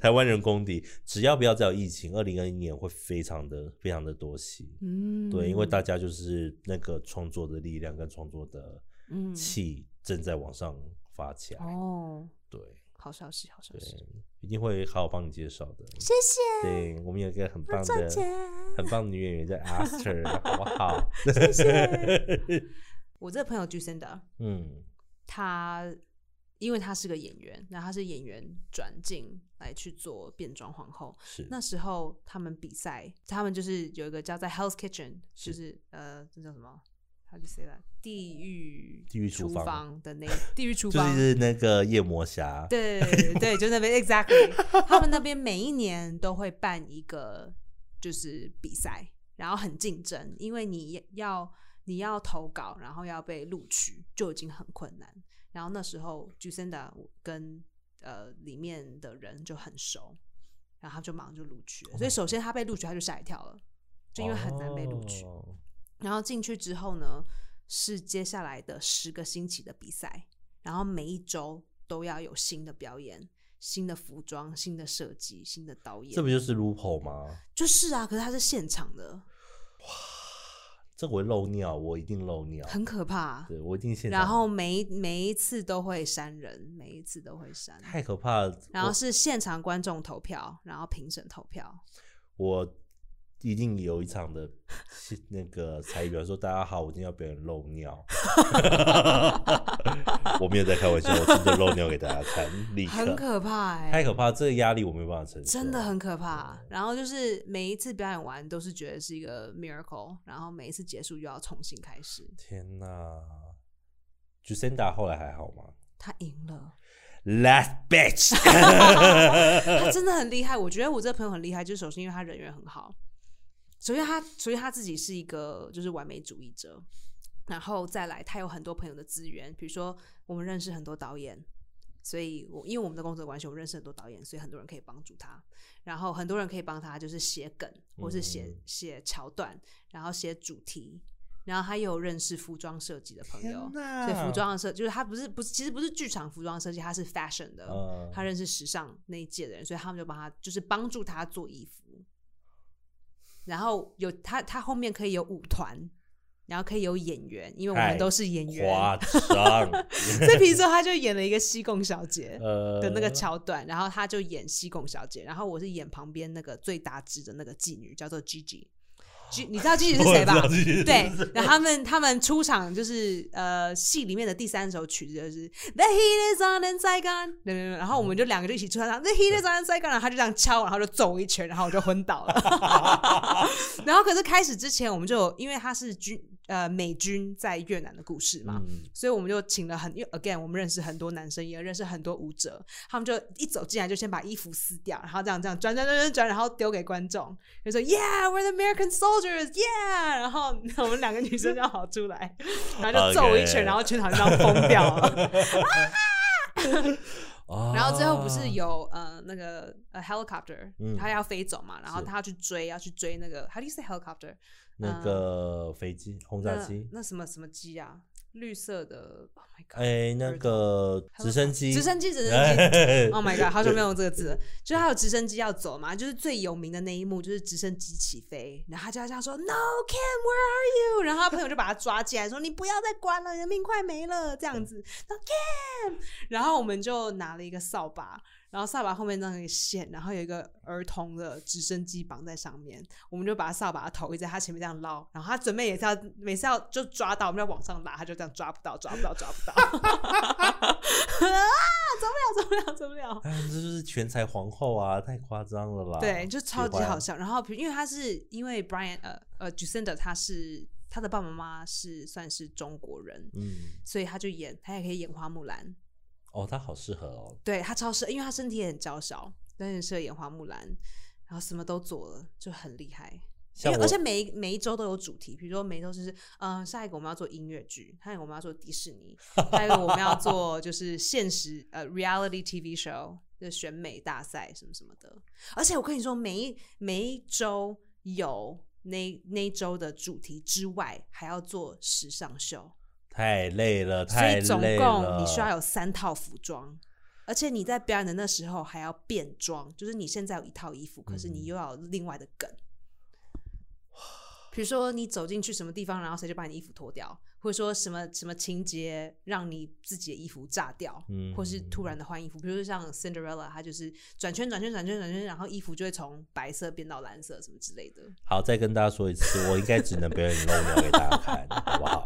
Speaker 1: 台湾人工地，只要不要再有疫情，二零二一年会非常的非常的多戏，
Speaker 2: 嗯，
Speaker 1: 对，因为大家就是那个创作的力量跟创作的
Speaker 2: 嗯
Speaker 1: 气正在往上发起来，
Speaker 2: 哦，
Speaker 1: 对
Speaker 2: 好消息，好消
Speaker 1: 对
Speaker 2: 息，，
Speaker 1: 一定会好好帮你介绍的。
Speaker 2: 谢 谢
Speaker 1: 对我们有一个很棒
Speaker 2: 作
Speaker 1: 的
Speaker 2: 者，
Speaker 1: 很棒的女演员 叫 Aster，好不好？
Speaker 2: 谢谢。我这个朋友 j u s i n d a
Speaker 1: 嗯，
Speaker 2: 他因为他是个演员，然后他是演员转进来去做变装皇后，
Speaker 1: 是
Speaker 2: 那时候他们比赛，他们就是有一个叫在 Hell's Kitchen，
Speaker 1: 是
Speaker 2: 就是呃，这叫什么？How do you say that？地狱
Speaker 1: 地狱厨
Speaker 2: 厨
Speaker 1: 房
Speaker 2: 的那地狱 厨
Speaker 1: 就
Speaker 2: 房。
Speaker 1: 是那个夜魔侠，
Speaker 2: 对对对，就那边 exactly，他们那边每一年都会办一个就是比赛，然后很竞争，因为你要你要投稿，然后要被录取就已经很困难。然后那时候 Jacinda 跟呃里面的人就很熟，然后他就马上就录取了。所以首先他被录取，他就吓一跳了，就因为很难被录取。
Speaker 1: 哦
Speaker 2: 然后进去之后呢，是接下来的十个星期的比赛，然后每一周都要有新的表演、新的服装、新的设计、新的导演
Speaker 1: 这。不就是 RuPaul 吗？
Speaker 2: 就是啊，可是它是现场的，
Speaker 1: 这我会漏尿，我一定漏尿，
Speaker 2: 很可怕。啊
Speaker 1: 对我一定现场
Speaker 2: 然后每一每一次都会删人，每一次都会删。
Speaker 1: 太可怕了。
Speaker 2: 然后是现场观众投票，然后评审投票。
Speaker 1: 我我一定有一场的那个裁员说：“大家好，我今天要表演漏 尿。”我没有在开玩笑，我真的漏尿给大家看，立刻
Speaker 2: 很可怕哎、
Speaker 1: 太可怕，这个压力我没办法承受，啊
Speaker 2: 真的很可怕。然后就是每一次表演完都是觉得是一个 miracle，然后每一次结束又要重新开始。
Speaker 1: 天哪 j u c i n d a 后来还好吗
Speaker 2: 他赢了，
Speaker 1: ？Last bitch，
Speaker 2: 他真的很厉害。我觉得我这个朋友很厉害，就是首先因为他人缘很好，首先他首先他自己是一个就是完美主义者，然后再来他有很多朋友的资源，比如说我们认识很多导演。所以我，因为我们的工作关系，我们认识很多导演，所以很多人可以帮助他。然后很多人可以帮他，就是写梗，或是写
Speaker 1: 嗯
Speaker 2: 写桥段，然后写主题。然后他也有认识服装设计的朋友
Speaker 1: 天，哪
Speaker 2: 所以服装的设就是他不是不是，其实不是剧场服装设计，他是 fashion 的。
Speaker 1: 嗯
Speaker 2: 他认识时尚那一届的人，所以他们就帮他就是帮助他做衣服。然后有他，他后面可以有舞团，然后可以有演员，因为我
Speaker 1: 太
Speaker 2: 们都是演员。
Speaker 1: 夸 张，
Speaker 2: 所以比如说，他就演了一个西贡小姐
Speaker 1: 呃
Speaker 2: 的 那个桥段，然后他就演西贡小姐，然后我是演旁边那个最大只的那个妓女，叫做 Gigi。G，你知道 Gigi 是谁吧？对，然后他们他们出场就是呃，戏里面的第三首曲子就是 The heat is on and Saigon，对对对然后我们就两个就一起出唱 The heat is on and Saigon，然后他就这样敲，然后就揍一拳，然后我就昏倒了。然后可是开始之前，我们就有因为他是军呃美军在越南的故事嘛，
Speaker 1: 嗯
Speaker 2: 所以我们就请了很，因为 again 我们认识很多男生，也认识很多舞者，他们就一走进来就先把衣服撕掉，然后这样这样转转转转转，然后丢给观众，就说 Yeah, we're the American soldiers, Yeah，然后我们两个女生就跑出来，然后就揍我一
Speaker 1: OK
Speaker 2: 拳，然后全场就要疯 掉了。
Speaker 1: 哦
Speaker 2: 然后最后不是有呃那个呃 helicopter，
Speaker 1: 嗯
Speaker 2: 他要飞走嘛，然后
Speaker 1: 是
Speaker 2: 他要去追，要去追那个 How do you say helicopter？
Speaker 1: 那个飞机轰炸
Speaker 2: 嗯那
Speaker 1: 机，
Speaker 2: 那什么什么机啊？绿色的，Oh my god！
Speaker 1: 哎，那个直升机，哎
Speaker 2: 直升机，直 升机，
Speaker 1: 机
Speaker 2: Oh my god，好久没有用这个字了。就是他有直升机要走嘛，就是最有名的那一幕，就是直升机起飞，然后他就这样说 “No, Ken, where are you？” 然后他朋友就把他抓起来，说：“你不要再管了，你的命快没了。”这样子，然后 Ken，然后我们就拿了一个扫把。然后扫把后面那个线，然后有一个儿童的直升机绑在上面，我们就把扫把头一直在他前面这样捞，然后他准备也是要每次要就抓到，我们要往上拉，他就这样抓不到，抓不到，抓不到， 啊，走不了，走不了，走不了。
Speaker 1: 哎，这就是全才皇后啊，太夸张了啦！
Speaker 2: 对，就超级好
Speaker 1: 喜
Speaker 2: 笑。然后，比如因为他是因为 Brian 呃呃 Jacinda 他是他的爸爸妈妈是算是中国人，
Speaker 1: 欢。嗯，
Speaker 2: 所以他就演他也可以演花木兰。
Speaker 1: 哦，她好适合哦。
Speaker 2: 对他超适合，因为他身体也很娇小，但很适合演花木兰。然后什么都做了，就很厉害。因
Speaker 1: 像
Speaker 2: 为
Speaker 1: 我
Speaker 2: 而且每一每一周都有主题，比如说每一周就是，嗯、下一个我们要做音乐剧，下一个我们要做迪士 尼，下一个我们要做就是现实呃 reality TV show 的选美大赛什么什么的。而且我跟你说，每一每一周有那那一周的主题之外，还要做时尚秀，
Speaker 1: 太累了，
Speaker 2: 所
Speaker 1: 太
Speaker 2: 以总
Speaker 1: 累
Speaker 2: 共
Speaker 1: 了。
Speaker 2: 你需要有三套服装。而且你在表演的那时候还要变装，就是你现在有一套衣服，可是
Speaker 1: 嗯
Speaker 2: 你又要有另外的梗。比如说你走进去什么地方，然后谁就把你衣服脱掉，或者说什么什么情节让你自己的衣服炸掉，
Speaker 1: 嗯
Speaker 2: 或是突然的换衣服。比如说像 Cinderella，她就是转圈转圈转圈转圈，然后衣服就会从白色变到蓝色什么之类的。
Speaker 1: 好，再跟大家说一次，我应该只能表演露鸟给大家看，好不好？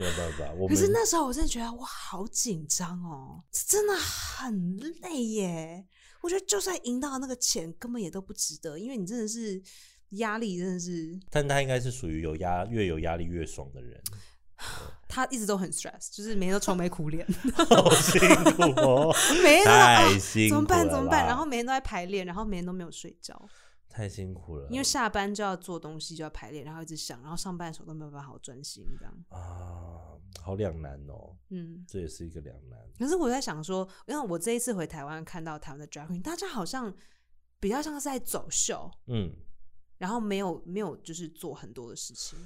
Speaker 1: 没有办法，我
Speaker 2: 可
Speaker 1: 们
Speaker 2: 是那时候我真的觉得我好紧张哦，是真的很累耶。我觉得就算赢到那个钱，根本也都不值得，因为你真的是压力，真的是
Speaker 1: 但他应该是属于有压，越有压力越爽的 人，
Speaker 2: 他一直都很 stress，就是每天都愁眉苦 脸，
Speaker 1: 好辛苦哦，
Speaker 2: 每 天都
Speaker 1: 太
Speaker 2: 啊
Speaker 1: 辛苦
Speaker 2: 怎么办
Speaker 1: 了
Speaker 2: 怎么办？
Speaker 1: 啦
Speaker 2: 然后每天都在排练，然后每天都没有睡觉，
Speaker 1: 太辛苦了。
Speaker 2: 因为下班就要做东西，就要排练，然后一直想，然后上班的时候都没有办法好专心这样。
Speaker 1: 啊，好两难哦，
Speaker 2: 嗯，
Speaker 1: 这也是一个两难。
Speaker 2: 可是我在想说，因为我这一次回台湾看到台湾的 drag queen，大家好像比较像是在走秀，
Speaker 1: 嗯，
Speaker 2: 然后没有没有就是做很多的事情。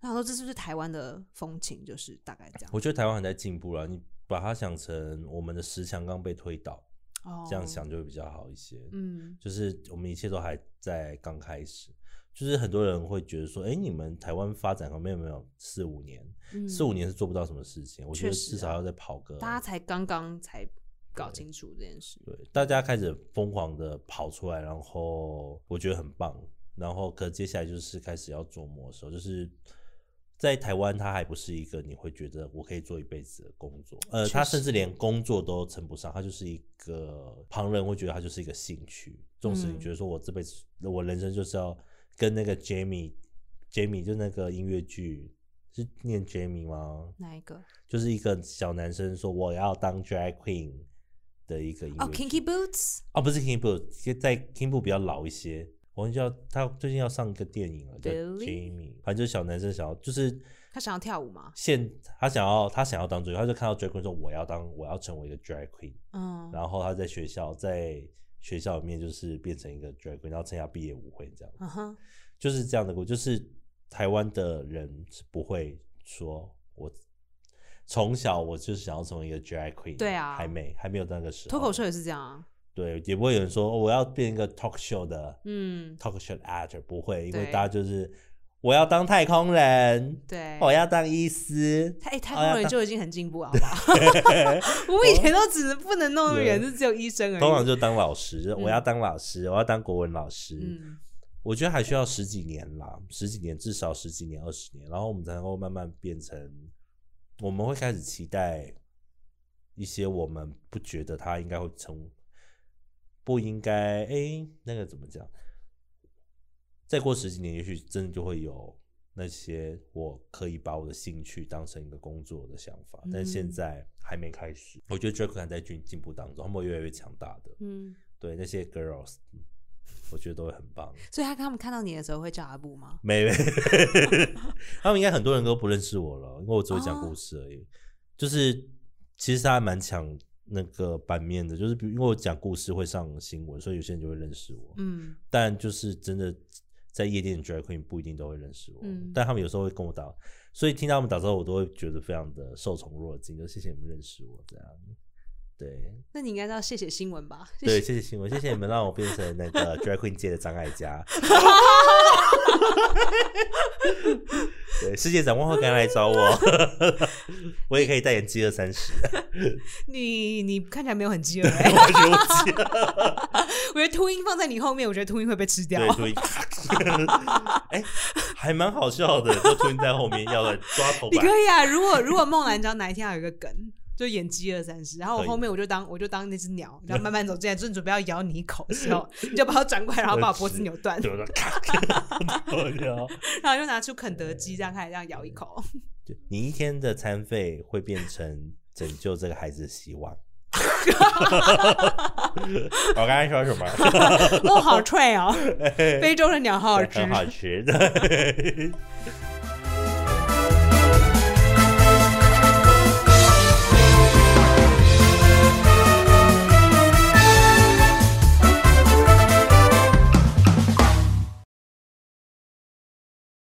Speaker 2: 那我说这是不是台湾的风情？就是大概这样。
Speaker 1: 我觉得台湾还在进步了，你把它想成我们的十强刚被推倒，
Speaker 2: 哦，
Speaker 1: 这样想就会比较好一些。
Speaker 2: 嗯，
Speaker 1: 就是我们一切都还在刚开始，就是很多人会觉得说，哎、你们台湾发展可没有没有四五年，
Speaker 2: 嗯，
Speaker 1: 四五年是做不到什么事情，我觉得
Speaker 2: 确实
Speaker 1: 至少
Speaker 2: 啊
Speaker 1: 要再跑个。
Speaker 2: 大家才刚刚才搞清楚这件事。
Speaker 1: 对，大家开始疯狂的跑出来，然后我觉得很棒。然后，可接下来就是开始要琢磨的时候，就是在台湾，它还不是一个你会觉得我可以做一辈子的工作，呃，
Speaker 2: 确
Speaker 1: 它甚
Speaker 2: 实
Speaker 1: 至连工作都称不上，它就是一个旁人会觉得它就是一个兴趣。纵使你
Speaker 2: 嗯
Speaker 1: 觉得说我这辈子、我人生就是要跟那个 Jamie Jamie 就那个音乐剧是念 Jamie 吗？
Speaker 2: 哪一个？
Speaker 1: 就是一个小男生说我要当 drag queen 的一个音乐
Speaker 2: 哦
Speaker 1: 剧
Speaker 2: ，Kinky Boots，
Speaker 1: 哦，不是 King Boo，其实在 King Boo 比较老一些。我忘记叫他最近要上一个电影了，叫
Speaker 2: Billy？
Speaker 1: Jamie，反正就是小男生想要，就是
Speaker 2: 他想要跳舞吗？
Speaker 1: 现他想要他想要当 drag，queen，他就看到 drag queen 说我要当我要成为一个 drag queen，
Speaker 2: 嗯，
Speaker 1: 然后他在学校在学校里面就是变成一个 drag queen，然后参加毕业舞会这样，
Speaker 2: 嗯哼，
Speaker 1: 就是这样的故事。就是台湾的人是不会说我从小我就是想要成为一个 drag queen，
Speaker 2: 对啊
Speaker 1: 还没还没有那个时候，
Speaker 2: 脱口秀也是这样啊。
Speaker 1: 对，也不会有人说、哦我要变一个 talk show 的
Speaker 2: 嗯，
Speaker 1: talk show actor，不会，因为
Speaker 2: 对
Speaker 1: 大家就是我要当太空人，
Speaker 2: 对。
Speaker 1: 我要当医 师，
Speaker 2: 他哎，太
Speaker 1: 哦要
Speaker 2: 空人
Speaker 1: 当
Speaker 2: 就已经很进步了，好不 好？我以前都只是不能弄那么远，
Speaker 1: 对
Speaker 2: 就只有医生而已。
Speaker 1: 通常就当老师，我要当老师，我要当国文老师。
Speaker 2: 嗯，
Speaker 1: 我觉得还需要十几年啦，十几年至少十几年、二十年，然后我们才能够慢慢变成，我们会开始期待一些我们不觉得他应该会成，不应该哎、诶那个怎么讲？再过十几年，也许真的就会有那些我可以把我的兴趣当成一个工作的想法，但现
Speaker 2: 嗯
Speaker 1: 在还没开始。我觉得 Drake 还在进进步当中，他们会越来越强大的。
Speaker 2: 嗯，
Speaker 1: 对那些 girls，我嗯觉得都会很棒。
Speaker 2: 所以他他们看到你的时候会叫阿布吗？
Speaker 1: 没 没，他们应该很多人都不认识我了，因为我只会讲故事而已。
Speaker 2: 哦
Speaker 1: 就是其实他还蛮抢那个版面的，就是比如因为我讲故事会上新闻，所以有些人就会认识我。
Speaker 2: 嗯，
Speaker 1: 但就是真的在夜店的 drag queen 不一定都会认识我，
Speaker 2: 嗯
Speaker 1: 但他们有时候会跟我打，所以听到他们打招呼，我都会觉得非常的受宠若惊，就谢谢你们认识我这样。对
Speaker 2: 那你应该要谢谢新闻吧？
Speaker 1: 对，谢谢新闻，谢谢你们让我变成那 个 drag queen 界的张艾嘉。对，世界展望会赶来找 我，我也可以代言饥饿三十，
Speaker 2: 你你看起来没有很饥 饿、欸，
Speaker 1: 我觉得我饥饿。
Speaker 2: 我觉得秃鹰放在你后面，我觉得秃鹰会被吃掉。
Speaker 1: 对，所以哎、还蛮好笑的，就出现在后面要来抓头
Speaker 2: 你
Speaker 1: 发
Speaker 2: 可。以啊，如果如果梦兰娇哪一天要有一个梗，就演饥饿三十，然后我
Speaker 1: 可以
Speaker 2: 后面我就当我就当那只鸟，然后慢慢走进来，正准备要咬你一口的 时候，你就把我转过来，然后把我脖子扭断，
Speaker 1: 对，我说咔，啊然后
Speaker 2: 然后就拿出肯德基这样开始这样咬一 口。
Speaker 1: 就你一天的餐费会变成拯救这个孩子的希望。 我刚才说什么？ 哎
Speaker 2: 哦，好脆哦，非洲的鸟好好吃
Speaker 1: 很。好吃的。